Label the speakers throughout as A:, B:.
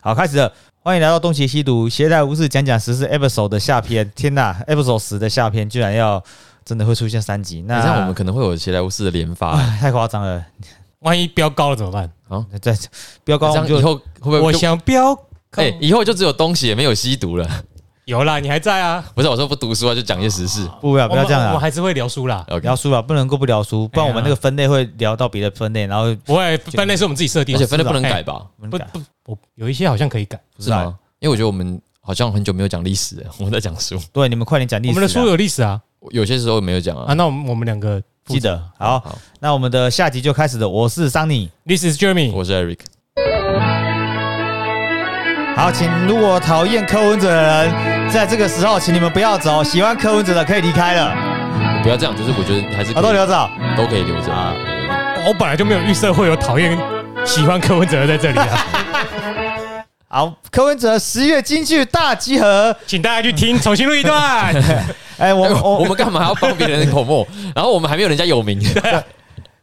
A: 好，开始了，欢迎来到东邪西毒，携带无事讲讲时事 episode 的下篇。天呐，episode 十的下篇居然要真的会出现三集，那
B: 那啊这样我们可能会有奇莱坞式的连发、
A: 哎太夸张了。
C: 万一飙高了怎么办？
A: 再标高
B: 这
A: 我们
B: 样
A: 就
B: 以后会不会
C: 我
B: 就
C: 想飙高
B: 哎、，以后就只有东西没有西毒了？
C: 有啦，你还在啊？
B: 不是我说不读书啊，就讲一些时事。
A: 不要不要这样
C: 我们我们
A: 啊，
C: 还是会聊书啦，
B: OK，
A: 聊书吧，不能够不聊书，不然
C: 哎呀
A: 我们那个分类会聊到别的分类，然后
C: 不会分类是我们自己设定
B: 而
C: 的，
B: 且分类不能
C: 是啊
B: 改吧？
A: 不能
C: 不
A: 改
C: 不，我有一些好像可以改。
B: 不是吗？因为我觉得我们好像很久没有讲历史了，我们在讲书，
A: 对，你们快点讲历
C: 我
A: 史啊。
C: 们的书有历史啊
B: 有些时候没有讲
C: 啊，
B: 啊。
C: 那我们我们两个
A: 记得好，
B: 好
A: 那我们的下集就开始了。我是桑尼，
C: ，This is Jeremy，
B: 我是 Eric，
A: 好，请如果讨厌柯文哲的人，在这个时候，请你们不要走；喜欢柯文哲的可以离开了，啊，
B: 不要这样，就是我觉得还是可以
A: 都留着。
B: 都可以留着
A: 啊
B: 啊。
C: 我本来就没有预设会有讨厌喜欢柯文哲的在这里 啊，
A: 好，柯文哲十月京剧大集合，
C: 请大家去听重新录一段。
A: 哎、我
B: 哎
A: 我
B: 我我们干嘛还要帮别人口 沫？然后我们还没有人家有 名，。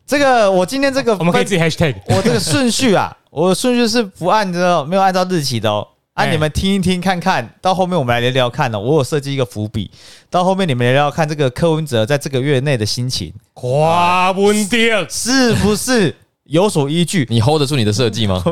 A: 这个我今天这个
C: 我们可
A: 分
C: 以自己 hashtag。
A: 我这个顺序啊， 我的顺序是不按照没有按照日期的哦。啊，
C: 哎
A: 你们听一听看看，到后面我们来聊聊看呢、哦我有设计一个伏笔，到后面你们聊聊看这个柯文哲在这个月内的心情
C: 哇，温迪，
A: 是不是有所依据
B: 你 hold 得住你的设计 吗？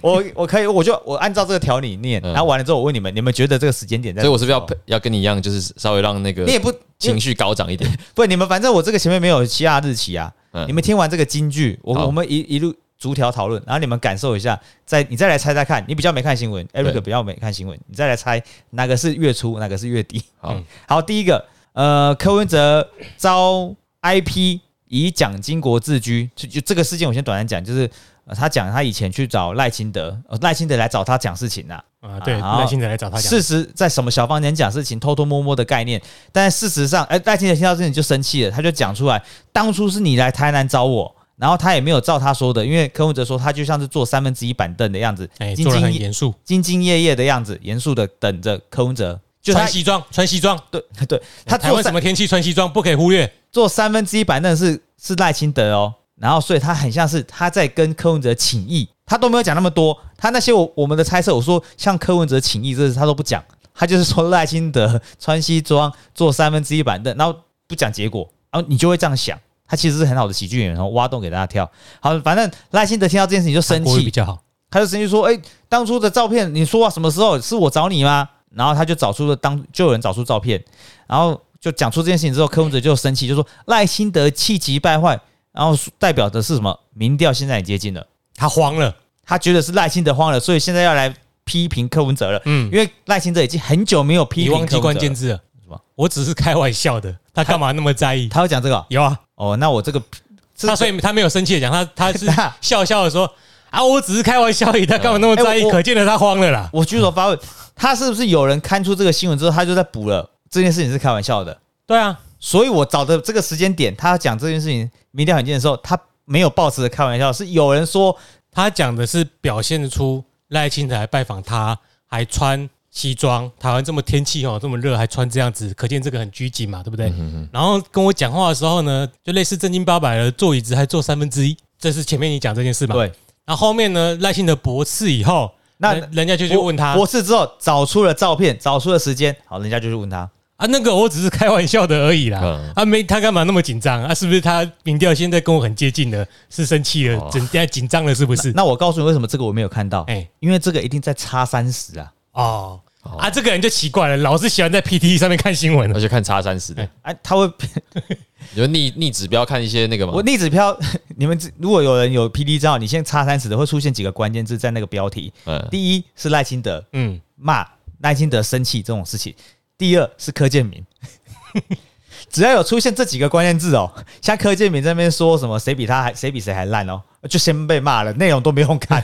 A: 我我可以，我就我按照这个条理念，
B: 嗯
A: 然后完了之后我问你们，你们觉得这个时间点在？
B: 所以我是不是要配呃要跟你一样，就是稍微让那个
A: 你也不
B: 情绪高涨一 点？
A: 不，你们反正我这个前面没有其他日期啊。
B: 嗯
A: 你们听完这个金句，我
B: 好
A: 我们一一路逐条讨论，然后你们感受一下，再你再来猜猜看，你比较没看新闻，Eric
B: 对
A: 比较没看新闻，你再来猜哪个是月初，哪个是月底。嗯
B: 好，
A: 好，第一个，呃，柯文哲遭 IP 以蒋经国自居，就就这个事件，我先短暂讲，就是、呃他讲他以前去找赖清德，呃赖、清德来找他讲事情啊，
C: 啊，对，
A: 好
C: 耐心的来找他讲。
A: 事实在什么小房间讲事情，偷偷摸摸的概念。但事实上，哎、赖清德听到这里就生气了，他就讲出来，当初是你来台南找我，然后他也没有照他说的，因为柯文哲说他就像是坐三分之一板凳的样子，
C: 哎，
A: 兢
C: 做的
A: 兢
C: 很
A: 业
C: 严肃，
A: 兢兢业业的样子，严肃的等着柯文哲。就他
C: 穿西装，穿西装。
A: 对对，他
C: 台
A: 坐
C: 湾什
A: 三
C: 么天气穿西装不可以忽略。
A: 坐三分之一板凳是是赖清德哦，然后所以他很像是他在跟柯文哲请意，他都没有讲那么多，他那些我我们的猜测，我说像柯文哲请意这是他都不讲，他就是说赖清德穿西装坐三分之一板凳，然后不讲结果，然后你就会这样想，他其实是很好的喜剧演员，然后挖洞给大家跳。好，反正赖清德听到这件事情就生
C: 国语比
A: 气，
C: 较好。
A: 他就生气说：“哎、当初的照片，你说、啊、什么时候是我找你吗？”然后他就找出了当就有人找出照片，然后就讲出这件事情之后，柯文哲就生气，就说赖清德气急败坏，然后代表的是什么？民调现在也接近了，
C: 他慌了，
A: 他觉得是赖清德慌了，所以现在要来批评柯文哲了，
C: 嗯
A: 因，为赖清德已经很久没有批
C: 你
A: 评柯
C: 忘
A: 文
C: 记
A: 哲
C: 关键
A: 了。
C: 字了
A: 什么？
C: 我只是开玩笑的，他干嘛那么在意？
A: 他会讲这个哦
C: 有啊，
A: 哦，那我这个这
C: 他所以他没有生气的讲，他 他是
A: 他
C: 笑笑的说啊，我只是开玩笑而已，他干嘛那么在
A: 哎
C: 意？
A: 我
C: 可见得他慌了啦。
A: 我举手发问，他是不是有人看出这个新闻之后，他就在补了这件事情是开玩笑的？
C: 对啊，
A: 所以我找的这个时间点，他讲这件事情民调很近的时候，他没有抱持着开玩笑，是有人说
C: 他讲的是表现出赖清德来拜访他，还穿西装，台湾这么天气哦，这么热，还穿这样子，可见这个很拘谨嘛，对不对？
A: 嗯
C: 然后跟我讲话的时候呢，就类似正经八百的，坐椅子还坐三分之一，这是前面你讲这件事嘛？。
A: 对，
C: 然后后面呢，赖清德驳斥以后，
A: 那
C: 那人家就去问他
A: 博士之后找出了照片，找出了时间，好，人家就去问他，
C: 啊，那个我只是开玩笑的而已啦。
B: 嗯
C: 啊，没他干嘛那么紧张啊？是不是他民调现在跟我很接近了？是生气了
B: 哦，
C: 整天紧张了是不是？
A: 那我告诉你为什么这个我没有看到，
C: 哎
A: 因为这个一定在差三十啊，
C: 哦啊，这个人就奇怪了，老是喜欢在 PTT 上面看新闻
B: 那。就看叉三十的
C: 哎，
A: 哎、他会。
B: 你就逆逆指标看一些那个 嘛
A: 我逆指标， 你们知如果有人有 P D 账号，你现在差三十的会出现几个关键字在那个标题，
B: 嗯，
A: 第一是赖清德
C: 嗯，
A: 骂赖清德生气这种事情，第二是柯建明。 只要有出现这几个关键字哦，像柯建明在那边说什么谁比他还谁比谁还烂哦，就先被骂了，内容都没用看。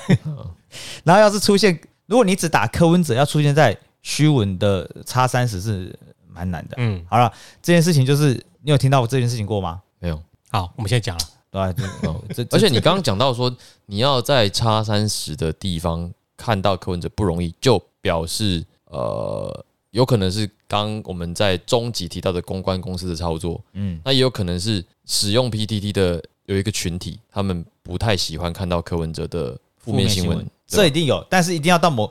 A: 然后要是出现，如果你只打柯文哲，要出现在虚文的叉三十是蛮难的。
C: 嗯，
A: 好了，这件事情就是你有听到我这件事情过吗？
B: 没有。
C: 好，我们现在讲了，
A: 对吧、就
B: 哦
A: 这这
B: 而且你刚刚讲到说，你要在叉三十的地方看到柯文哲不容易，就表示呃，有可能是刚我们在中集提到的公关公司的操作，
A: 嗯，
B: 那也有可能是使用 PTT 的有一个群体，他们不太喜欢看到柯文哲的负面新闻，
A: 这一定有，但是一定要到某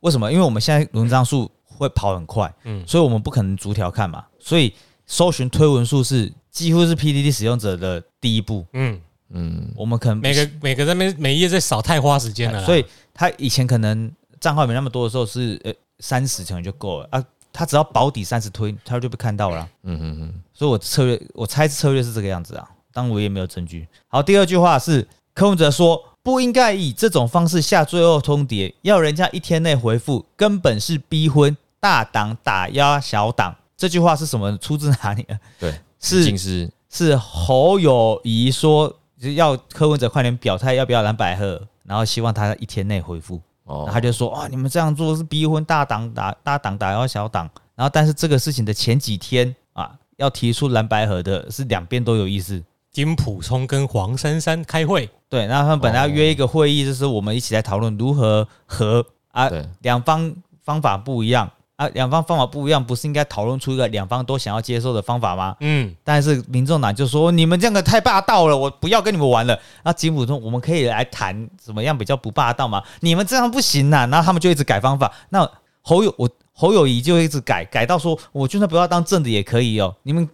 A: 为什么？因为我们现在文章数会跑很快，
C: 嗯
A: 所以我们不可能逐条看嘛，所以搜寻推文数是几乎是 PDD 使用者的第一步，
C: 嗯，
B: 嗯，
A: 我们可能
C: 每个每个在那边每一页在扫太花时间了啦，
A: 所以他以前可能账号没那么多的时候是呃三十可能就够了啊，他只要保底三十推，他就被看到了啊。
B: 嗯嗯嗯，
A: 所以我策略，我猜策略是这个样子啊，当然我也没有证据。好，第二句话是柯文哲说不应该以这种方式下最后通牒，要人家一天内回复，根本是逼婚，大党打压小党。这句话是什么？出自哪里？
B: 对，
A: 是
B: 仅是
A: 是侯友谊说就是要柯文哲快点表态要不要蓝百合，然后希望他一天内回复。然后
B: 哦，
A: 他就说啊，你们这样做是逼婚大党打大党打压小党。然后，但是这个事情的前几天啊，要提出蓝白合的是两边都有意思。
C: 金普聪跟黄珊珊开会，
A: 对，那他们本来要
B: 哦
A: 约一个会议，就是我们一起来讨论如何和啊，
B: 对，
A: 两方方法不一样啊，两方方法不一样，不是应该讨论出一个两方都想要接受的方法吗？
C: 嗯，
A: 但是民众党就说你们这样的太霸道了，我不要跟你们玩了。那吉普说我们可以来谈怎么样比较不霸道嘛？你们这样不行呐、然后他们就一直改方法。那侯友我侯友谊就一直改，改到说我就算不要当正的也可以哦。你们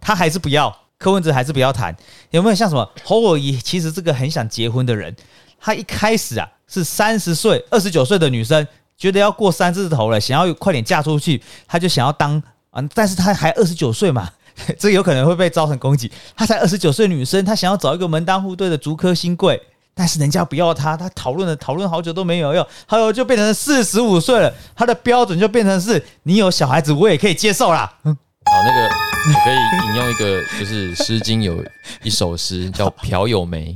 A: 他还是不要，柯文哲还是不要谈。有没有像什么侯友谊？其实这个很想结婚的人，他一开始啊是三十岁、二十九岁的女生，觉得要过三字头了，想要快点嫁出去，他就想要当啊，但是他还二十九岁嘛， 这有可能会被造成攻击。她才二十九岁女生，她想要找一个门当户对的竹科新贵，但是人家不要她，她讨论了讨论好久都没有用，还有就变成四十五岁了，她的标准就变成是你有小孩子我也可以接受 啦。
B: 好，那个我可以引用一个，就是《诗经》有 一首诗叫《朴有梅》，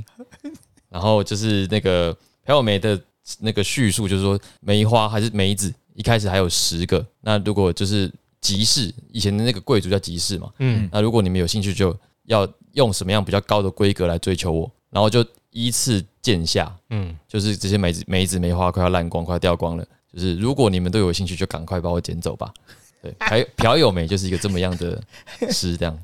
B: 然后就是那个朴有梅的那个叙述，就是说梅花还是梅子，一开始还有十个，那如果就是集市，以前的那个贵族叫集市嘛，
C: 嗯
B: 嗯，那如果你们有兴趣，就要用什么样比较高的规格来追求我，然后就依次见下，
C: 嗯，
B: 就是这些梅子、梅子、梅花快要烂光、快要掉光了。就是如果你们都有兴趣，就赶快把我捡走吧。对，朴朴有梅就是一个这么样的诗，这样。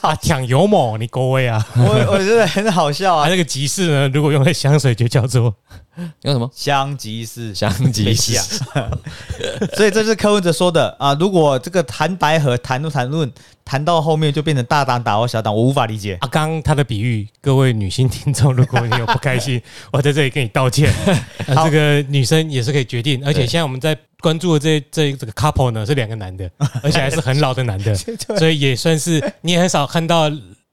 C: 啊，抢油某你各位啊，
A: 我我觉得很好笑
C: 啊，
A: 啊，
C: 那个集市呢，如果用在香水就叫做
B: 用什么？
A: 香吉士，
B: 香
A: 北
B: 吉
A: 西
B: 士
A: 啊。 所以这是柯文哲说的啊。如果这个谈白合谈论谈论谈到后面就变成大党打我哦小党，我无法理 解。
C: 阿刚他的比喻，各位女性听众，如果你有不 开心，我在这里跟你道歉。啊、这个女生也是可以决定，而且
B: 对
C: 现在我们在关注的这这这个 couple 呢，是两个男 的，而且还是很老的男的，所以也算是你也很少看到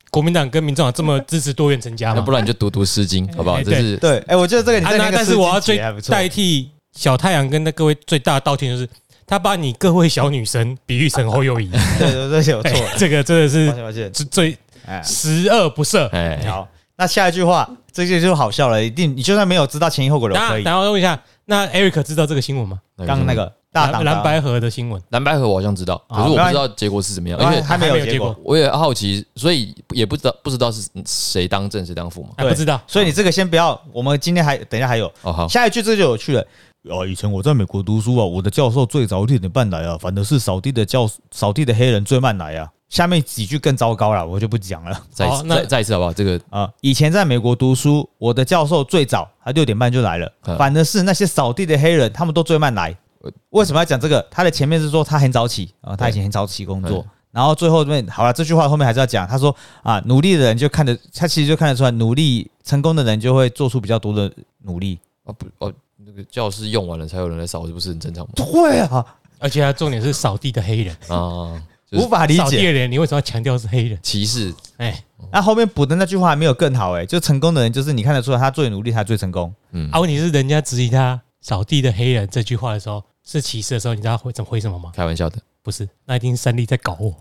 C: 国民党跟民众党这么支持多元成家
B: 啊那
C: 嘛。
B: 不然你就读读《诗经》，好不好？
C: 哎
B: 这是
A: 对，哎、我觉得这个你
C: 啊，
A: 在
C: 那
A: 那个
C: 但
A: 世
C: 是我要
A: 纪
C: 最
A: 还不错
C: 代替小太阳跟那各位最大的道歉就是。他把你各位小女生比喻成侯 友谊，
A: 对对对，有错
C: 哎
A: 了，
C: 这个真的
A: 抱
C: 是
A: 歉抱歉，
C: 最最
A: 哎。
C: 十恶不赦。
B: 哎，
A: 好，那下一句话，这就就好笑了，一定你就算没有知道前因后果的，我
C: 那
A: 可以。
C: 然后问一下，那 Eric 知道这个新闻吗？
A: 刚刚那个大啊
C: 蓝
A: 党
C: 蓝白河的新闻，
B: 蓝白河，我好像知道，可
A: 好
B: 是
A: 没
B: 我不
A: 关
B: 知
A: 系
B: 道结果是怎么样，
A: 啊
B: 而且
A: 还没有
C: 还没有
A: 结
C: 结
A: 果
C: 果，
B: 我也好奇，所以也不知道不知道是谁当正谁当副嘛。
C: 还
A: 对
C: 不知道。
A: 所以你这个先不要，我们今天还等一下还有。
B: 哦，好，
A: 下一句这就有趣了。哦，以前我在美国读书啊，我的教授最早六点半来啊，反而是扫地的教扫地的黑人最慢来啊。下面几句更糟糕了，我就不讲了
B: 再
C: 好那
B: 再再一次好不好？这个
A: 啊。以前在美国读书，我的教授最早他六点半就来了，
B: 嗯
A: 反而是那些扫地的黑人，他们都最慢来
B: 我。
A: 为什么要讲这个？他的前面是说他很早起啊，他以前很早起工作，
B: 嗯
A: 然后最后面好了，这句话后面还是要讲。他说啊，努力的人就看得，他其实就看得出来，努力成功的人就会做出比较多的努力。
B: 哦不哦，那个教室用完了才有人来扫，这不是很正常吗？
A: 对啊，
C: 而且他重点是扫地的黑人，
B: 啊，就是
A: 无法理
C: 扫地
A: 解。
C: 的人，你为什么要强调是黑人？
B: 歧视
C: 哎，
A: 那后面补的那句话还没有更好哎、就成功的人就是你看得出来，他最努力，他最成功。
C: 啊，问题是人家质疑他扫地的黑人这句话的时候是歧视的时候，你知道会怎么回什么吗？
B: 开玩笑的。
C: 不是，那一定是三立在搞我。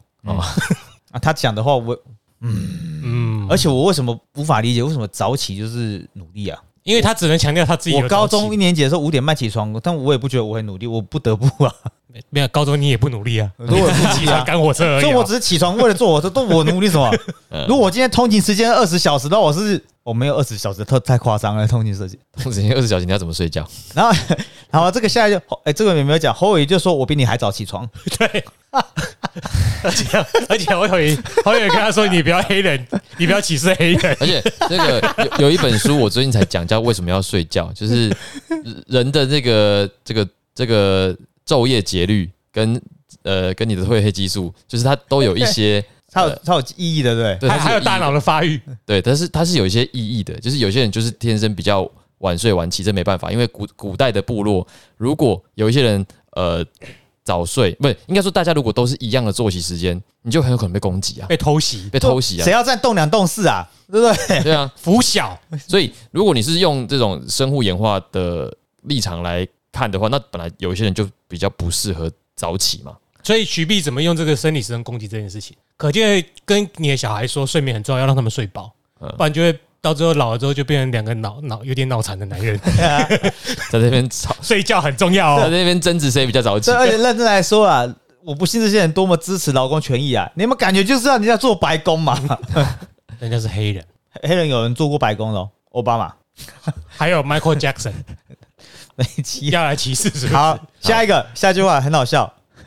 A: 啊，他讲的话我，
C: 嗯，
A: 而且我为什么无法理解，为什么早起就是努力啊？
C: 因为他只能强调他自己有
A: 我
C: 早起。
A: 高中一年级的时候五点半起床，但我也不觉得我很努力，我不得不啊，
C: 没有高中你也不努力啊，
A: 如果不
C: 你
A: 起
C: 才
A: 啊，
C: 赶火车而已啊。
A: 所以我只是起床为了做我这，都我努力什么？如果我今天通勤时间二十小时，那我是我没有二十小时，特太夸张了，通勤时间。
B: 同时间二十小时你要怎么睡觉？
A: 然后， 啊然后这个下来就，哎、这个有没有讲？侯伟就说我比你还早起床，
C: 对，而且而且我有一我有跟他说，你不要黑人，你不要歧视黑人。
B: 而且这个有有一本书，我最近才讲叫《为什么要睡觉》，就是人的这个这个这个昼夜节律跟呃跟你的褪黑激素，就是它都有一些
A: 它有它有意义的，对不对。
B: 对，
C: 还
B: 它是
C: 还有大
B: 意义
C: 脑的发育，
B: 对，但是它是有一些意义的，就是有些人就是天生比较晚睡晚起，这没办法，因为古古代的部落，如果有一些人呃早睡，不是应该说大家如果都是一样的作息时间，你就很有可能被攻击啊，
C: 被偷袭、
B: 被偷袭啊
A: 谁，要占栋两栋四啊？对不对？
B: 对啊，
C: 拂晓，
B: 所以如果你是用这种生物演化的立场来看的话，那本来有一些人就比较不适合早起嘛，
C: 所以徐碧怎么用这个生理时钟攻击这件事情，可见跟你的小孩说睡眠很重要，要让他们睡饱，
B: 嗯
C: 不然就会到最后老了之后就变成两个脑脑有点脑残的男人。
B: 在这边吵，
C: 睡觉很重要
B: 在
C: 哦。
B: 这边争执谁比较早起
A: 这，而且认真来说啊，我不信这些人多么支持劳工权益啊！你们感觉就是让人家做白工嘛？
C: 人家是黑人，
A: 黑人有人做过白工的、哦，奥巴马
C: 还有 Michael Jackson
A: 那一期
C: 要来歧视是不是？
A: 好，下一个，下句话很好笑。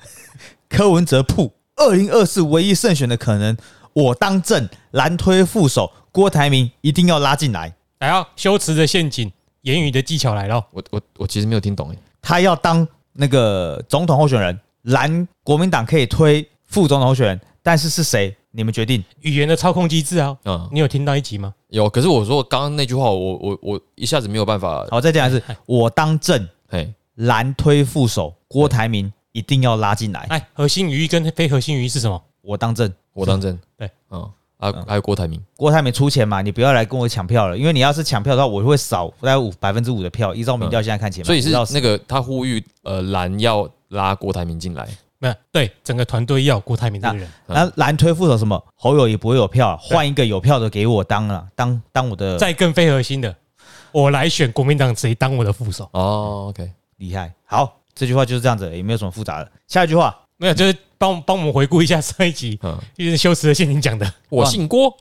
A: 柯文哲铺二零二四唯一胜选的可能，我当正蓝推副手，郭台铭一定要拉进来，
C: 来啊，修辞的陷阱，言语的技巧来了。哦
B: 我我我其实没有听懂诶，欸
A: 他要当那个总统候选人，蓝国民党可以推副总统候选人，但是是谁你们决定。
C: 语言的操控机制啊，
B: 嗯，
C: 你有听到一集吗？
B: 有，可是我说刚刚那句话，我我我一下子没有办法，
A: 好，再讲一次，
B: 哎
A: 我当正
B: 嘿，
A: 蓝推副手，郭台铭一定要拉进来，
C: 哎，核心语义跟非核心语义是什么？
A: 我当正。
B: 我当真，
C: 对，
B: 嗯，啊，还有郭台铭，
A: 郭台铭出钱嘛，你不要来跟我抢票了，因为你要是抢票的话，我会少大概五百分之五的票，依照民调现在看起来嘛，
B: 所以是
A: 不知道谁
B: 那个他呼吁呃蓝要拉郭台铭进来，
C: 没有，对，整个团队要有郭台铭这个人，
B: 嗯
A: 然后蓝推副手什么侯友也不会有票啊，换一个有票的给我当啊，当当我的
C: 再更非核心的，我来选国民党谁当我的副手？
B: 哦，OK，
A: 厉害。好，这句话就是这样子，也没有什么复杂的。下一句话，
C: 没有，就是帮帮我们回顾一下上一集，
B: 嗯，
C: 就是修辞的陷阱讲的。
B: 我姓郭，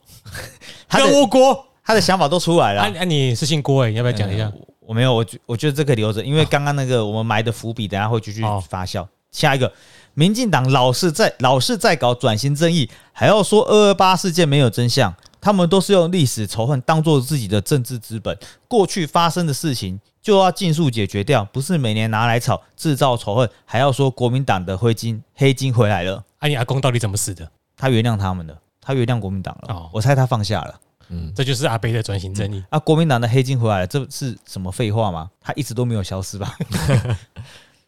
A: 他
C: 热
A: 的
C: 窝锅，
A: 他的想法都出来了
C: 啊
A: 啊。
C: 啊，你是姓郭哎，你要不要讲一下哦
A: 嗯？我我没有，我觉我觉得这可以留着，因为刚刚那个我们埋的伏笔，等一下会继续
C: 好
A: 发酵。下一个，民进党老是在老是在搞转型正义，还要说二二八事件没有真相，他们都是用历史仇恨当做自己的政治资本，过去发生的事情就要尽速解决掉，不是每年拿来炒制造仇恨，还要说国民党的灰金黑金回来了，
C: 啊，你阿公到底怎么死的？
A: 他原谅他们了，他原谅国民党了，
C: 哦
A: 我猜他放下了。
B: 嗯，
C: 这就是阿北的转型正义。
A: 啊，国民党的黑金回来了，这是什么废话吗？他一直都没有消失吧？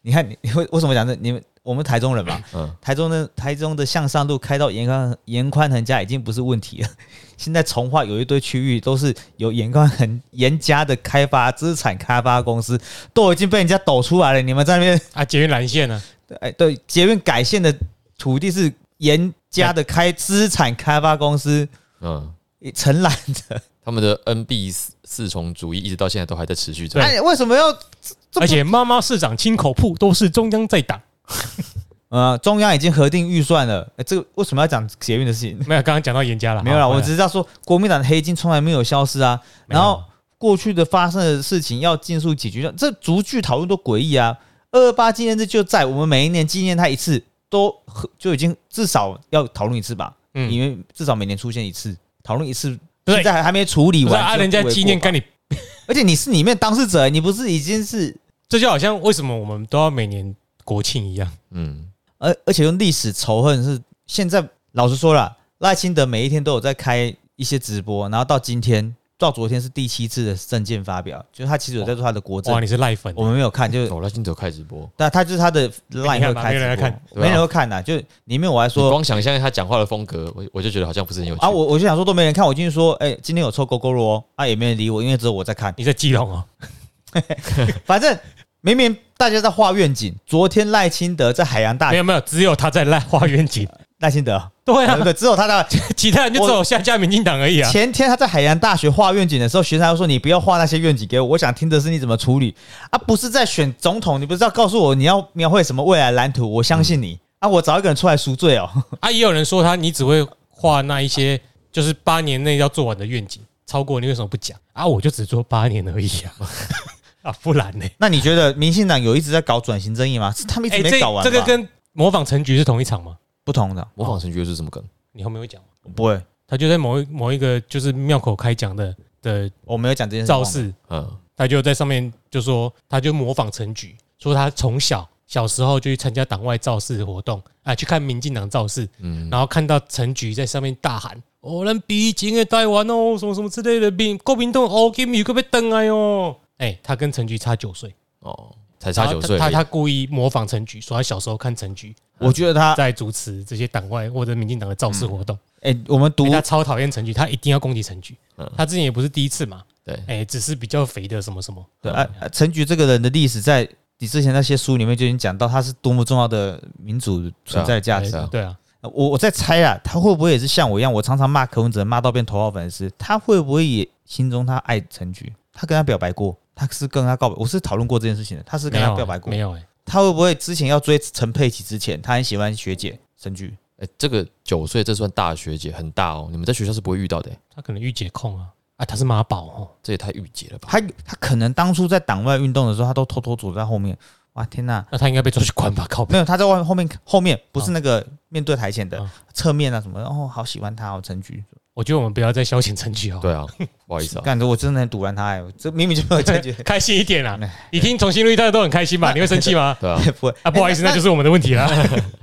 A: 你看，你 你为为什么讲这？你们我们台中人嘛，
B: 嗯
A: 台中的台中的向上路开到严宽严宽恒家已经不是问题了。 现在从化有一堆区域都是有严宽恒 严家的开发资产开发公司都已经被人家抖出来了，你们在那边
C: 啊，捷运蓝线呢？
A: 哎对捷运改线的土地是严家的开资产开发公司
B: 嗯，
A: 承揽的，
B: 他们的 NB 四四重主义一直到现在都还在持续着，
A: 哎为什么要？这这不
C: 而且妈妈市长亲口铺都是中央在打。
A: 呃，中央已经核定预算了，诶这个为什么要讲捷运的事 情？
C: 没有，刚刚讲到严家了，
A: 没有啦，
C: 好
A: 我只是要说，国民党的黑金从来没有消失啊。
C: 没有
A: 然后过去的发生的事情要尽速解决掉，这逐句讨论多诡异啊！二二八纪念日就在我们每一年纪念它一次，都和就已经至少要讨论一次吧，
C: 嗯
A: 因为至少每年出现一次，讨论一次，
C: 对
A: 现在还还没处理
C: 不是
A: 完，
C: 啊，
A: 就
C: 人家
A: 不为
C: 纪念
A: 过吧
C: 干你，
A: 而且你是里面当事者，你不是已经是
C: 这就好像为什么我们都要每年国庆一样，
B: 嗯，
A: 而而且用历史仇恨是现在老实说了，赖清德每一天都有在开一些直播，然后到今天到昨天是第七次的证件发表，就是他其实有在做他的国
C: 哇，
A: 政，
C: 你是赖粉，啊
A: 我们没有看，就是
B: 我赖清德开直播，
A: 但他就是他的 line 会
C: 看吧
A: 开
C: 没人
A: 直
C: 来
A: 播
C: 看，
B: 对啊
A: 没人会看呐、就里面我还
B: 你
A: 说
B: 光想象他讲话的风格，我我就觉得好像不是很有趣
A: 啊，我我就想说都没人看，我进去说，哎、今天有抽勾勾了哦，啊也没人理我，因为只有我在 看，
C: 你在基隆哦，
A: 反正明明大家在画愿景，昨天赖清德在海洋大
C: 没有没有，只有他在赖花园景，
A: 赖清德。啊对
C: 对啊
A: 不，对？只有他在
C: 其他人就只有下架民进党而已啊，
A: 前天他在海洋大学画愿景的时候，学生还说：“你不要画那些愿景给我，我想听的是你怎么处理啊，不是在选总统，你不是要告诉我你要描绘什么未来蓝图？我相信你、
C: 嗯
A: 啊，我找一个人出来赎罪哦。
C: 啊，也有人说他你只会画那一些就是八年内要做完的愿景，超过你为什么不讲啊？我就只做八年而已啊， 啊，不然呢？
A: 那你觉得民进党有一直在搞转型正义吗？是他们一
C: 哎，
A: 直没
C: 这
A: 搞完吧、
C: 这个跟模仿陈菊是同一场吗？
A: 不同的，
B: 模仿陈学是什么梗？
C: 你后面会讲吗？
A: 我不会，
C: 他就在某一某一个就是庙口开讲的的
A: 我没有讲这件事。
C: 造势，
B: 嗯，
C: 他就在上面就说，他就模仿陈菊，说他从小小时候就去参加党外造势活动啊，去看民进党造势，
B: 嗯
C: 然后看到陈菊在上面大喊：“哦，咱比前的台湾哦，什么什么之类的，民国民党哦，金有个被登来哦。”哎，他跟陈菊差九岁，
B: 哦，才差九岁
C: 然后他
B: 而已，
C: 他他故意模仿陈菊，说他小时候看陈菊
A: 我觉得他，
C: 在主持这些党外或者民进党的造势活动，
A: 哎、我们读
C: 因为他超讨厌陈菊，他一定要攻击陈菊
B: 嗯。
C: 他之前也不是第一次嘛，
B: 对，
C: 哎，只是比较肥的什么什么，
A: 对啊，啊陈菊这个人的历史，在你之前那些书里面就已经讲到，他是多么重要的民主存在的价值。
B: 对啊
C: 对啊，
A: 我我在猜啊，他会不会也是像我一样，我常常骂柯文哲，骂到变头号粉丝？他会不会也心中他爱陈菊？他跟他表白过，他是跟他告白，我是讨论过这件事情的。他是
C: 没
A: 跟他
C: 有
A: 表白过
C: 没，有哎，
A: 他会不会之前要追陈佩琪之前，他很喜欢学姐陈菊？
B: 哎，这个九岁这算大学姐，很大哦，你们在学校是不会遇到的，哎
C: 他可能御姐控啊，啊，他是妈宝哦，
B: 这也太御姐了吧？
A: 他他可能当初在党外运动的时候，他都偷偷走在后面。哇，天哪！
C: 那他应该被抓去关吧？靠背，
A: 没有，他在外面后面后面不
C: 嗯
A: 是那个面对台前的、
C: 啊
A: 侧面啊什么的，哦，好喜欢他哦，陈菊。
C: 我觉得我们不要再消遣陈菊哦，，
B: 对啊，不好意思 啊，
A: 感觉我真的很堵拦他哎，我这明明就没有陈菊
C: 开心一点啦
A: 哎！
C: 你听重新录一段都很开心吧？你会生 气吗？
B: 对啊，
A: 不会
C: 啊，不好意思，那就是我们的问题 啦。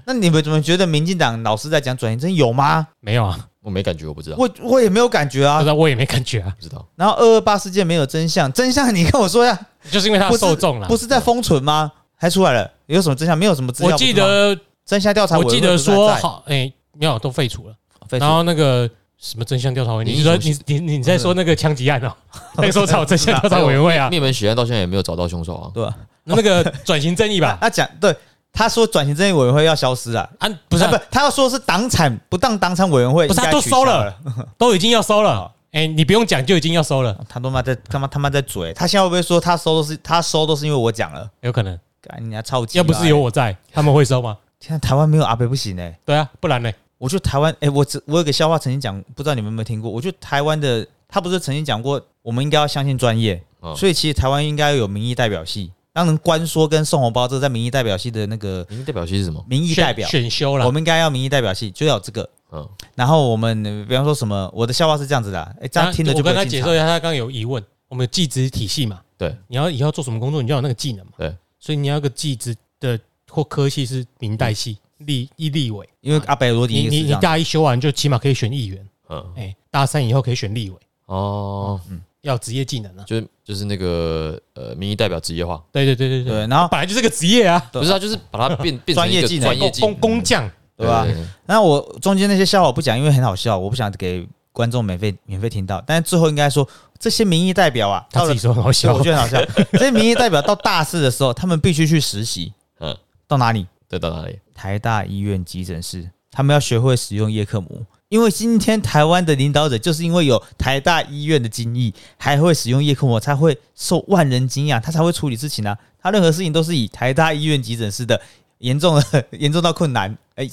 A: 那你们怎么觉得民进党老师在讲转型正义有吗？
C: 没有啊，
B: 我没感觉，我不知道，
A: 我我也没有感觉
C: 不
A: 啊
C: 知。道我也没感觉啊，
B: 不知道，
A: 然后二二八事件没有真相，真相你跟我说 呀，
C: 就是因为他
A: 不是
C: 受众啦
A: 不。是在封存吗？还出来了，有什么真相？没有什么真
C: 我
A: 相。
C: 记
A: 不是吗
C: 得
A: 真相调查
C: 我
A: 委员会
C: 记
A: 不是还
C: 得
A: 在，
C: 说好，哎，没有都废除了。
A: 废除
C: 然后那个什么真相调查委员，
B: 你
C: 你说你你你在
A: 嗯
C: 说那个枪击 案哦？那个时候才有真相调查委员会啊，
B: 灭门血案到现在也没有找到凶手啊，
A: 对吧？
C: 那个转型正义吧？
A: 他讲对，他说转型正义委员会要消失啊，
C: 啊，不是啊
A: 啊不，他要说是党产不当党产委员会，
C: 不是他
A: 应该
C: 都
A: 取
C: 收
A: 消
C: 了
A: 了，
C: 都已经要收了。哎，你不用讲就已经要收了，
A: 哦他他妈在他妈他妈在嘴，他现在会不会说他收都是他收都是因为我讲了？
C: 有可能
A: 干你家超级！欸
C: 要不是有，我在，他们会收吗？
A: 天啊，台湾没有阿北不行哎、
C: 对啊，不然呢？
A: 我觉得台湾哎、我只我有个笑话曾经讲，不知道你们有没有听过？我觉得台湾的他不是曾经讲过，我们应该要相信专业，
B: 嗯
C: 哦
A: 所以其实台湾应该有民意代表系，当然官说跟送红包这在民意代表系的那个
B: 民意代表系是什么？
A: 民意
C: 选
A: 代表，
C: 选修啦
A: 我，们应该要民意代表系就要有这个。
B: 嗯，
A: 然后我们呃比方说什么，我的笑话是这样子的啊、哎、这样听了就
C: 我
A: 不
C: 跟他
A: 会
C: 解
A: 进
C: 释
A: 场。
C: 一下，他刚刚有疑问，我们有技职体系嘛？
B: 对，
C: 你要以后做什么工作，你就要有那个技能嘛。
B: 对，
C: 所以你要有个技职的或科系是明代系立一立委，
A: 因为阿北罗迪
C: 你
A: 也是
C: 你
A: 这
C: 你
A: 样，
C: 大一修完就起码可以选议员，
B: 嗯，
C: 哎、大三以后可以选立委，
B: 哦，
A: 嗯
C: 要有职业技能啊。
B: 就是就是那个呃，民意代表职业化，
C: 对对对对对，
A: 对，然后
C: 本来就是个职业啊，
A: 对
B: 不是啊，就是把它变变成
A: 专
B: 一
A: 业
B: 个
A: 技能
B: 专业技
C: 工工匠，
A: 对吧？
B: 对对
A: 那我中间那些笑话我不讲，因为很好笑，我不想给观众免费免费听到。但最后应该说，这些民意代表啊，
C: 他
A: 到
C: 自
A: 了
C: 己说很好
A: 对
C: 笑
A: 我，觉得很好笑。这些民意代表到大四的时候，他们必须去实习，
B: 嗯，
A: 到哪里？
B: 对，到哪里？
A: 台大医院急诊室，他们要学会使用叶克膜。因为今天台湾的领导者就是因为有台大医院的经历，还会使用叶克膜，才会受万人敬仰，他才会处理事情啊。他任何事情都是以台大医院急诊室的严重的 严重到困难，哎、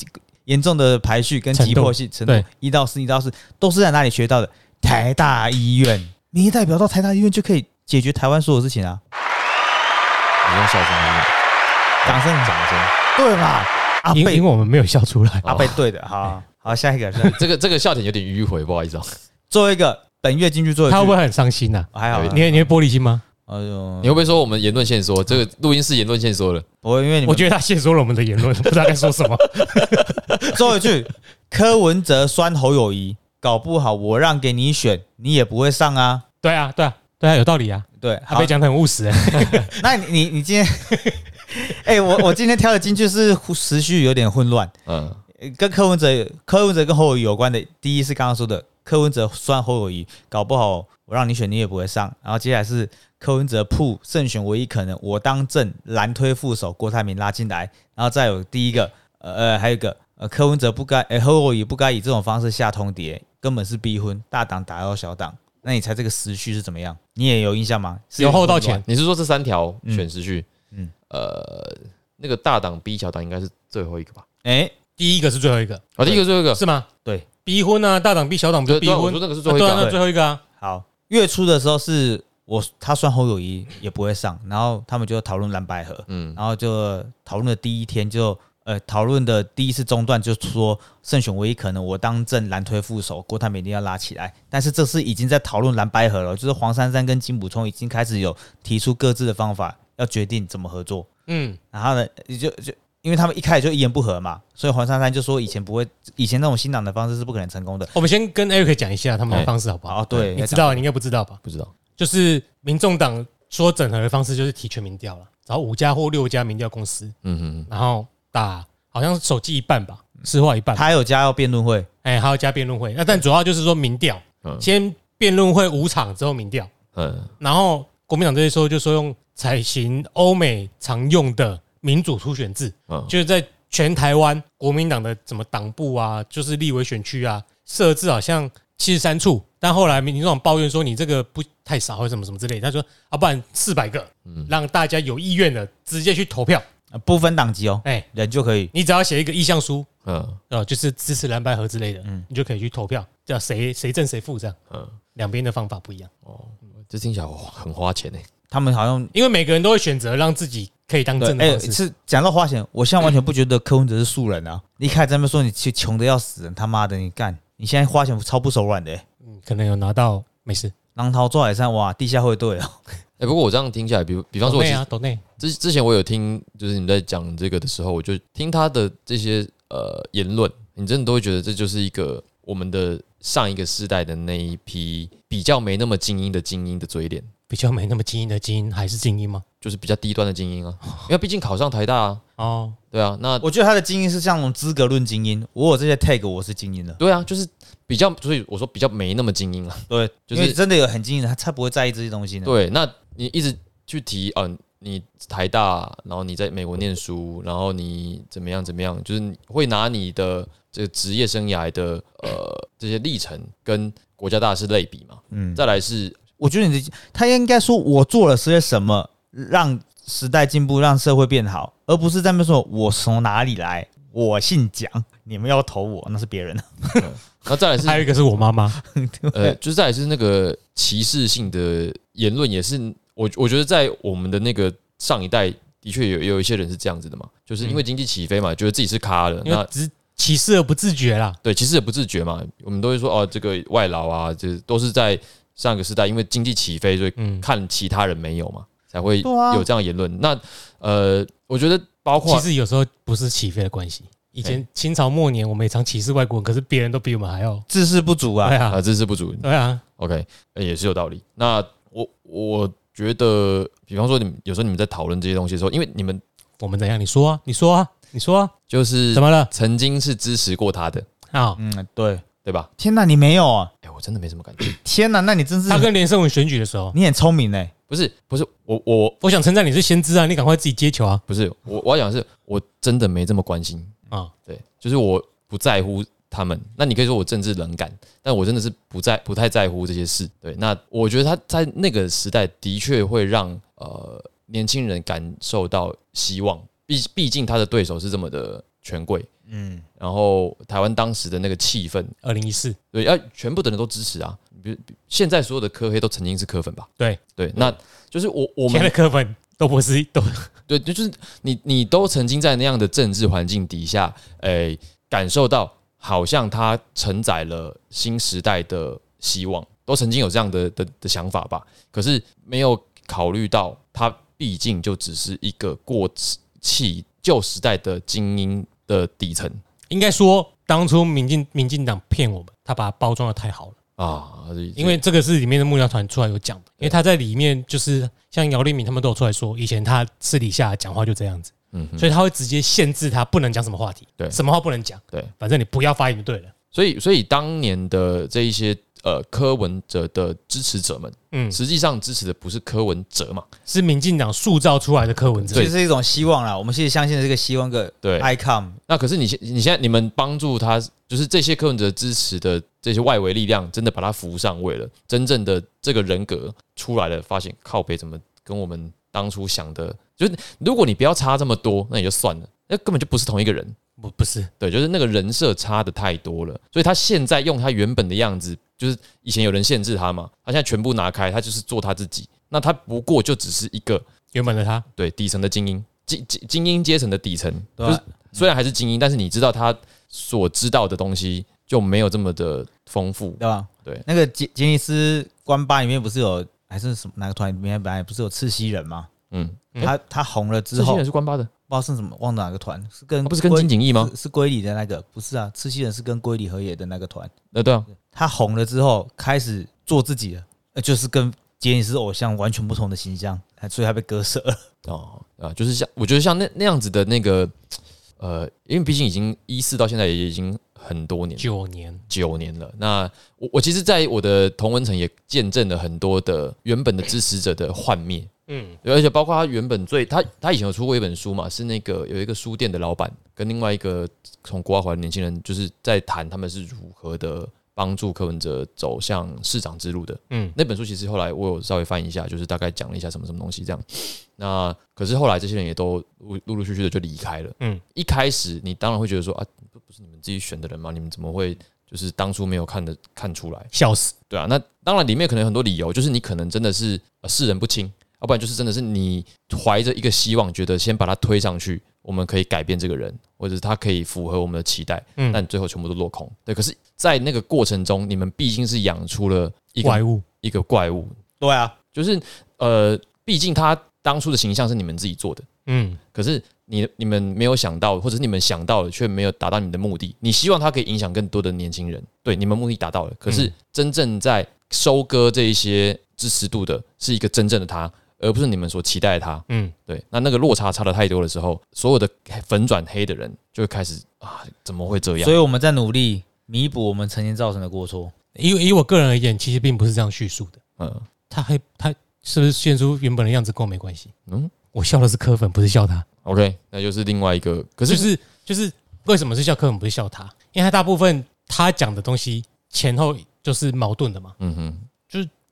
A: 严重的排序跟急迫性程度
C: 对，
A: 一到四，一到四都是在哪里学到的？台大医院，民意代表到台大医院就可以解决台湾所有事情啊！
B: 你用笑声还是
A: 掌声，
B: 掌声？
A: 对吧？阿
C: 因为因
A: 贝啊
C: 为，我们没有笑出来，
A: 阿贝对的，好好，下一个是
B: 这个这个笑点有点迂回，不好意思啊。
A: 最后一个，本月进去做一
C: 他会不
A: 句，
C: 会很伤心啊？
A: 还好啊
B: 有一，
C: 你会你会玻璃心吗？
A: 哎呦
B: 你，会不会说我们言论限缩？这个录音室言论限缩了，
A: 不会，因为你
C: 我
A: 们
C: 觉得他限缩了我们的言论，不知道该说什么。
A: 最后一句，柯文哲酸侯友谊，搞不好我让给你选，你也不会上啊。
C: 对啊，对啊，对啊，有道理啊。
A: 对，
C: 他
A: 好
C: 被，讲的很务实、欸，
A: 那你你你今天， 哎，我我今天挑的金句是时序有点混乱，
B: 嗯，
A: 呃跟柯文哲、柯文哲跟侯友谊有关的，第一是刚刚说的柯文哲酸侯友谊，搞不好我让你选你也不会上。然后接下来是柯文哲铺胜选唯一可能，我当正蓝推副手，郭台铭拉进来，然后再有第一个，呃 呃，还有一个呃，柯文哲不该，呃，侯友谊不该以这种方式下通牒，根本是逼婚，大党打到小党。那你猜这个时序是怎么样？你也有印象吗？是
C: 由后到
A: 混乱
C: 前，
B: 你是说这三条
A: 嗯
B: 选时序？
A: 嗯
B: 嗯，呃，那个大党 B 小党应该是最后一个吧？
A: 哎，
C: 第一个是最后一个，
B: 啊，第一个最后一个，
C: 是吗？
A: 对，
C: 逼婚啊，大党逼小党不
B: 对
C: 是逼
B: 对啊，我
C: 婚
B: 说，那个是最
C: 啊
B: 后一
C: 对
B: 个
C: 啊，
B: 啊。
C: 那最后一个啊，
A: 好，月初的时候是我他算侯友谊也不会上，然后他们就讨论蓝白合，
B: 嗯
A: 然后就讨论的第一天就呃，讨论的第一次中断就是呃说胜选唯一可能，我当政蓝推副手，郭台铭一定要拉起来。但是这是已经在讨论蓝白合了，就是黄珊珊跟金补充已经开始有提出各自的方法，要决定怎么合作。
C: 嗯，
A: 然后呢，也就就因为他们一开始就一言不合嘛，所以黄珊珊就说以前不会，以前那种新党的方式是不可能成功的。
C: 我们先跟 Eric 讲一下他们的
B: 哎
C: 方式好不好？
A: 哦，对，
C: 你知道，你应该不知道吧？
B: 不知道。
C: 就是民众党说整合的方式就是提全民调了，找五家或六家民调公司，
B: 嗯哼
C: 然后打好像手机一半吧，
B: 嗯
C: 市话一半，
A: 他有加要辩论会，
C: 哎，还有加辩论会。那但主要就是说民调，
B: 嗯
C: 先辩论会五场之后民调，
B: 嗯
C: 然后国民党这些时候就说用采行欧美常用的民主初选制，
B: 嗯
C: 就是在全台湾国民党的什么党部啊，就是立委选区啊，设置好像七十三处，但后来民众党抱怨说你这个不太少，或者什么什么之类的，他说啊，不然四百个，
A: 嗯
C: 让大家有意愿的直接去投票，
A: 呃不分党籍哦，
C: 哎、
A: 人就可以。
C: 你只要写一个意向书，
B: 嗯
C: 呃，就是支持蓝白合之类的，
A: 嗯
C: 你就可以去投票，叫谁谁正谁负这样，
B: 嗯，
C: 两边的方法不一样，
B: 哦，这听起来很花钱欸呢。
A: 他们好像
C: 因为每个人都会选择让自己可以当
A: 对
C: 政，的
A: 哎、
C: 方式。
A: 是讲到花钱，我现在完全不觉得柯文哲是素人啊！你一开始在那边说你穷穷的要死人，他妈的，你干！你现在花钱超不手软的、欸，
C: 嗯，可能有拿到没事。
A: 狼逃抓海山，哇，地下会队哦，
B: 哎，不过我这样听起来，比比方说，我
C: 抖内
B: 其实
C: 啊，抖内，
B: 之之前我有听，就是你在讲这个的时候，我就听他的这些呃言论，你真的都会觉得这就是一个我们的上一个世代的那一批比较没那么精英的精英的嘴脸，
C: 比较没那么精英的精英还是精英吗？
B: 就是比较低端的精英啊，因为毕竟考上台大啊，
C: 哦，
B: 对啊，那
A: 我觉得他的精英是像那种资格论精英，我有这些 tag 我是精英了，
B: 对啊，就是比较，所以我说比较没那么精英啊，
A: 对，
B: 就
A: 就是是真的有很精英的，他才不会在意这些东西
C: 嗯
A: 呢。
B: 对，那你一直去提啊、你台大，然后你在美国念书，然后你怎么样怎么样，就是你会拿你的这个职业生涯的呃这些历程跟国家大事类比嘛。
A: 嗯，
B: 再来是
A: 我觉得你的他应该说我做了些什么，让时代进步，让社会变好，而不是在那边说我从哪里来，我姓蒋，你们要投我，那是别人的。
B: 那再来
C: 还有
B: 是
C: 一个是我妈妈，
B: 呃，就是再来是那个歧视性的言论，也是我我觉得在我们的那个上一代的确有有一些人是这样子的嘛，就是因为经济起飞嘛，觉得自己是咖了，
C: 嗯 因
B: 那
C: 为只歧视而不自觉啦。
B: 对，其实也不自觉嘛，我们都会说哦，这个外劳啊，这都是在上个时代因为经济起飞，所以
C: 嗯，
B: 看其他人没有嘛，才会
A: 对啊
B: 有这样的言论。那呃，我觉得包
C: 其
B: 括
C: 实有时候不是起飞的关系。以前清朝末年，我们也常歧视外国人，可是别人都比我们还要。
A: 知识不足啊
C: 对，
B: 啊
C: 啊，
B: 知识不足
C: 对啊，
B: ，OK，呃也是有道理。那我我觉得，比方说你们有时候你们在讨论这些东西的时候，因为你们
C: 我们怎样？你说啊，你说啊，你说啊，
B: 就是
C: 怎么了？
B: 曾经是支持过他的，
C: 啊，
A: 嗯，对。
B: 对吧？
A: 天哪，你没有啊！
B: 哎、我真的没什么感觉。
A: 天哪，那你真是
C: 他跟连胜文选举的时候，
A: 你很聪明呢。
B: 不是不是，我我
C: 我想称赞你是先知啊，你赶快自己接球啊
B: 不是我我要讲的是，我真的没这么关心。
C: 啊！
B: 对，就是我不在乎他们。那你可以说我政治冷感，但我真的是不在不太在乎这些事。对，那我觉得他在那个时代的确会让呃年轻人感受到希望，毕毕竟他的对手是这么的权贵，
A: 嗯，
B: 然后台湾当时的那个气氛，
C: 二零一四，
B: 对，要全部的人都支持啊。比如现在所有的科黑都曾经是科粉吧？
C: 对
B: 对，那就是我我
C: 现在
B: 们
C: 的课本都不是都
B: 对，就就是你你都曾经在那样的政治环境底下，诶、感受到好像它承载了新时代的希望，都曾经有这样的的的想法吧。可是没有考虑到，它毕竟就只是一个过气旧时代的精英的底层
C: 应该说，当初民进民进党骗我们，他把它包装的太好了。
B: 啊，
C: 因为这个是里面的幕僚团出来有讲的，因为他在里面就是像姚立明他们都有出来说，以前他私底下讲话就这样子，
B: 嗯哼，
C: 所以他会直接限制他不能讲什么话题，
B: 对
C: 什么话不能讲，
B: 对，
C: 反正你不要发言就对了。
B: 所以所以当年的这一些呃柯文哲的支持者们，
C: 嗯，
B: 实际上支持的不是柯文哲嘛，
C: 是民进党塑造出来的柯文哲，
A: 这是一种希望啦。我们其实相信的这个希望个
B: 对
A: icon，
B: 那可是你现你现在你们帮助他，就是这些柯文哲支持的这些外围力量，真的把他扶上位了，真正的这个人格出来了，发现靠北怎么跟我们当初想的，就是如果你不要差这么多，那也就算了，那根本就不是同一个人，
C: 不不是，
B: 对，就是那个人设差的太多了，所以他现在用他原本的样子，就是以前有人限制他嘛，他现在全部拿开，他就是做他自己，那他不过就只是一个
C: 原本的他
B: 嗯对底层的精英，精精精英阶层的底层，
A: 对啊
B: 就是
A: 吧？
B: 虽然还是精英，但是你知道他所知道的东西就没有这么的丰富。
A: 对吧？
B: 对
A: 那个杰杰尼斯关八里面不是有还是什么哪个团里面本来不是有赤西仁吗？
B: 嗯，
C: 嗯
A: 他他红了之
B: 这些
A: 后，不
B: 人
A: 知
B: 是关八的，
A: 道是什么，忘了哪个团是跟
B: 哦不是跟
A: 龟
B: 金景义吗？
A: 是是龟里的那个，不是啊，赤西仁是跟龟里和也的那个团。
B: 呃，对啊，
A: 他红了之后开始做自己了，呃就是跟杰尼斯偶像完全不同的形象，哎所以他被割舍了。
B: 哦啊，就是像我觉得像那那样子的那个，呃，因为毕竟已经一四到现在也已经很多年了，
C: 九年，
B: 九年了。那我我其实，在我的同文层也见证了很多的原本的支持者的幻灭，
C: 嗯，
B: 对而且包括他原本最他他以前有出过一本书嘛，是那个有一个书店的老板跟另外一个从国外回来的年轻人，就是在谈他们是如何的帮助柯文哲走向市长之路的。
C: 嗯
B: 嗯，那本书其实后来我有稍微翻一下，就是大概讲了一下什么什么东西这样。那可是后来这些人也都陆陆陆续续的就离开了。
C: 嗯
B: 嗯，一开始你当然会觉得说啊，不不是你们自己选的人吗？你们怎么会就是当初没有看的看出来？
C: 笑死，
B: 对啊，那当然里面可能有很多理由，就是你可能真的是呃世人不清，要不然就是真的是你怀着一个希望，觉得先把他推上去，我们可以改变这个人，或者是他可以符合我们的期待，
C: 嗯
B: 但最后全部都落空。对，可是，在那个过程中，你们毕竟是养出了一
C: 怪
B: 个
C: 物，
B: 一个怪物，
A: 对啊，
B: 就是呃，毕竟他当初的形象是你们自己做的，
C: 嗯，
B: 可是你你们没有想到，或者是你们想到了却没有达到你的目的。你希望它可以影响更多的年轻人，对，你们目的达到了，可是真正在收割这一些支持度的是一个真正的他，而不是你们所期待的他。
C: 嗯，
B: 对，那那个落差差的太多的时候，所有的粉转黑的人就会开始啊，怎么会这样
A: 所？以我们在努力弥补我们曾经造成的过错。
C: 以以我个人而言，其实并不是这样叙述的。
B: 嗯
C: 他还他是不是现出原本的样子跟我没关系？
B: 嗯
C: 我笑的是柯粉，不是笑他。
B: ，OK，那就是另外一个，可
C: 就是是就是为什么是笑柯粉，不是笑他？因为他大部分他讲的东西前后就是矛盾的嘛。
B: 嗯哼，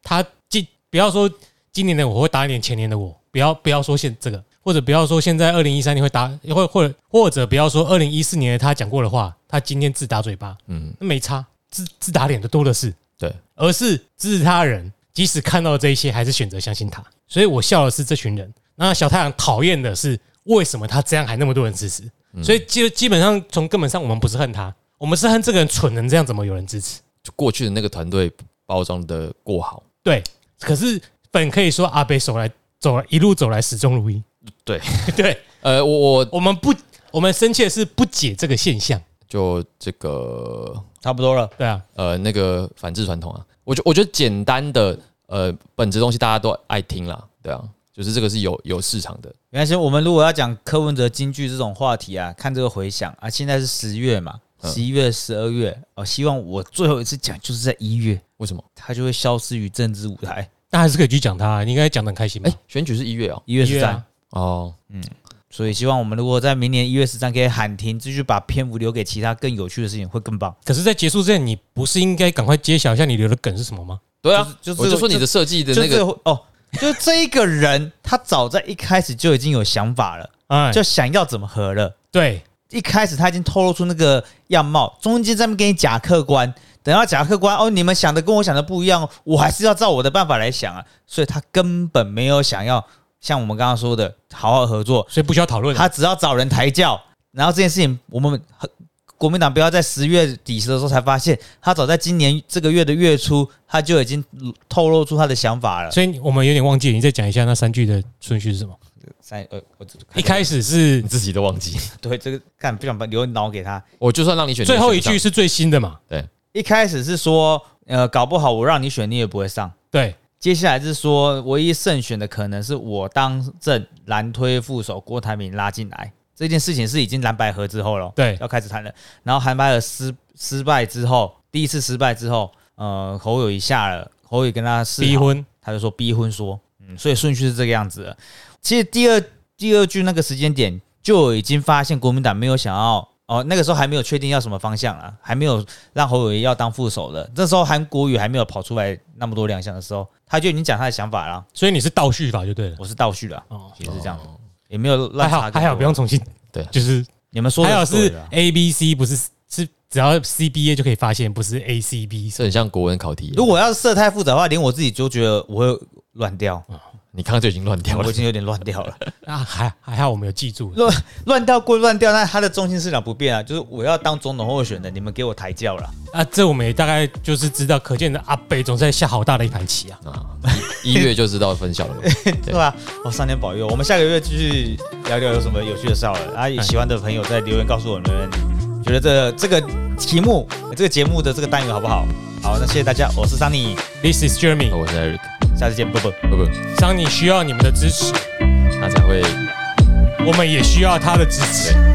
C: 他今不要说今年的我会打脸前年的我，不要不要说现这个，或者不要说现在二零一三年会打，或或者或者不要说二零一四年的他讲过的话，他今天自打嘴巴，
B: 嗯
C: 那没差，自自打脸的多的是。
B: 对，
C: 而是支持他的人，即使看到这一些，还是选择相信他。所以我笑的是这群人。那小太阳讨厌的是为什么他这样还那么多人支持？
B: 嗯
C: 所以基基本上从根本上，我们不是恨他，我们是恨这个人蠢成这样，怎么有人支持？
B: 就过去的那个团队包装的过好，
C: 对，可是本可以说阿北走来走来一路走来始终如一。
B: 对
C: 对，
B: 呃，我我
C: 我们不，我们生气的是不解这个现象。
B: 就这个
A: 差不多了，
C: 对啊，
B: 呃那个反制传统啊，我觉我觉得简单的呃本质东西大家都爱听啦，对啊，就是这个是有有市场的，
A: 原来是我们如果要讲柯文哲京剧这种话题啊，看这个回想啊，现在是十月嘛，
B: 嗯
A: 十一月、十二月，哦，希望我最后一次讲就是在一月，
B: 为什么？
A: 他就会消失于政治舞台。
C: 那还是可以去讲他、你应该讲的很开心吧
A: 嗯
B: 哎、？选举是一月哦，
A: 一月十
C: 一
A: 三、
C: 啊
B: 哦，
A: 所以希望我们如果在明年一月十三可以喊停，继续把篇幅留给其他更有趣的事情，会更棒。
C: 可是，在结束之前，你不是应该赶快揭晓一下你留的梗是什么吗？
B: 对啊，
A: 就是就是
B: 我就说你的设计的那
A: 就
B: 个
A: 是哦，就这一个人，他早在一开始就已经有想法了，
C: 哎，
A: 就想要怎么合了。
C: 对，
A: 一开始他已经透露出那个样貌，中间在那边给你假客观，等到假客观哦，你们想的跟我想的不一样，我还是要照我的办法来想啊。所以他根本没有想要像我们刚刚说的好好合作，
C: 所以不需要讨论。
A: 他只要找人抬轿。然后这件事情，我们很国民党不要在十月底的时候才发现，他早在今年这个月的月初，他就已经透露出他的想法了。
C: 所以我们有点忘记，你再讲一下那三句的顺序 是什么？
A: 三呃，我只
C: 一开始是
B: 你自己都忘记，
A: 对这个干不想把留脑给他。
B: 我就算让你选，
C: 最后一
B: 你
C: 句
B: 也选
C: 是最新的嘛？
A: 一开始是说，呃，搞不好我让你选，你也不会上。
C: 对，
A: 接下来是说，唯一胜选的可能是我当政，蓝推副手郭台铭拉进来。这件事情是已经蓝白合之后了，
C: 对
A: 要开始谈了。然后韩白合失失败之后，第一次失败之后，呃，侯友谊下了，侯友谊跟他示好
C: 逼，婚，
A: 他就说逼婚说，嗯，所以顺序是这个样子的。其实第二第二句那个时间点就已经发现国民党没有想要哦，那个时候还没有确定要什么方向啊，还没有让侯友谊要当副手的。这时候韩国瑜还没有跑出来那么多亮相的时候，他就已经讲他的想法了。
C: 所以你是倒叙法就对了。
A: 我是倒叙了，
C: 哦，
A: 其实是这样，
B: 哦
A: 也没有
C: 还
A: 乱
C: 好
A: 查。
C: 还好不用，重新，
B: 对
C: 就是
A: 你们啊说的
C: 还好
A: 对
C: 是
A: 的啊
C: A B C 不是是只要 C B A 就可以发现，不是 A C B。
B: 这很像国文考题，
C: 嗯
A: 如果要是色太复杂的话，连我自己就觉得我会乱掉。
B: 你刚刚就已经乱掉
A: 我
B: 了
A: 已。经有点乱掉了，
C: 啊，还还好我们有记住，
A: 乱掉归乱掉，那他的中心思想不变啊，就是我要当总统候选人，你们给我抬轿了。
C: 啊，这我们也大概就是知道，可见的阿北总在下好大的一盘棋啊。
B: 啊，一一月就知道分晓 了。
A: 对吧？哦，上天保佑！我们下个月继续聊聊有什么有趣的事好了。啊，有喜欢的朋友在留言告诉我们，觉得这这个题目、这个节目的这个单元好不好？好，那谢谢大家，我是 Sunny，
C: This is
B: 好
C: Jeremy，
B: 我是 Eric，
A: 下次见，啵啵。
B: 不不，
C: 桑尼需要你们的支持，
B: 他才会
C: 我们也需要他的支持。
B: 对呃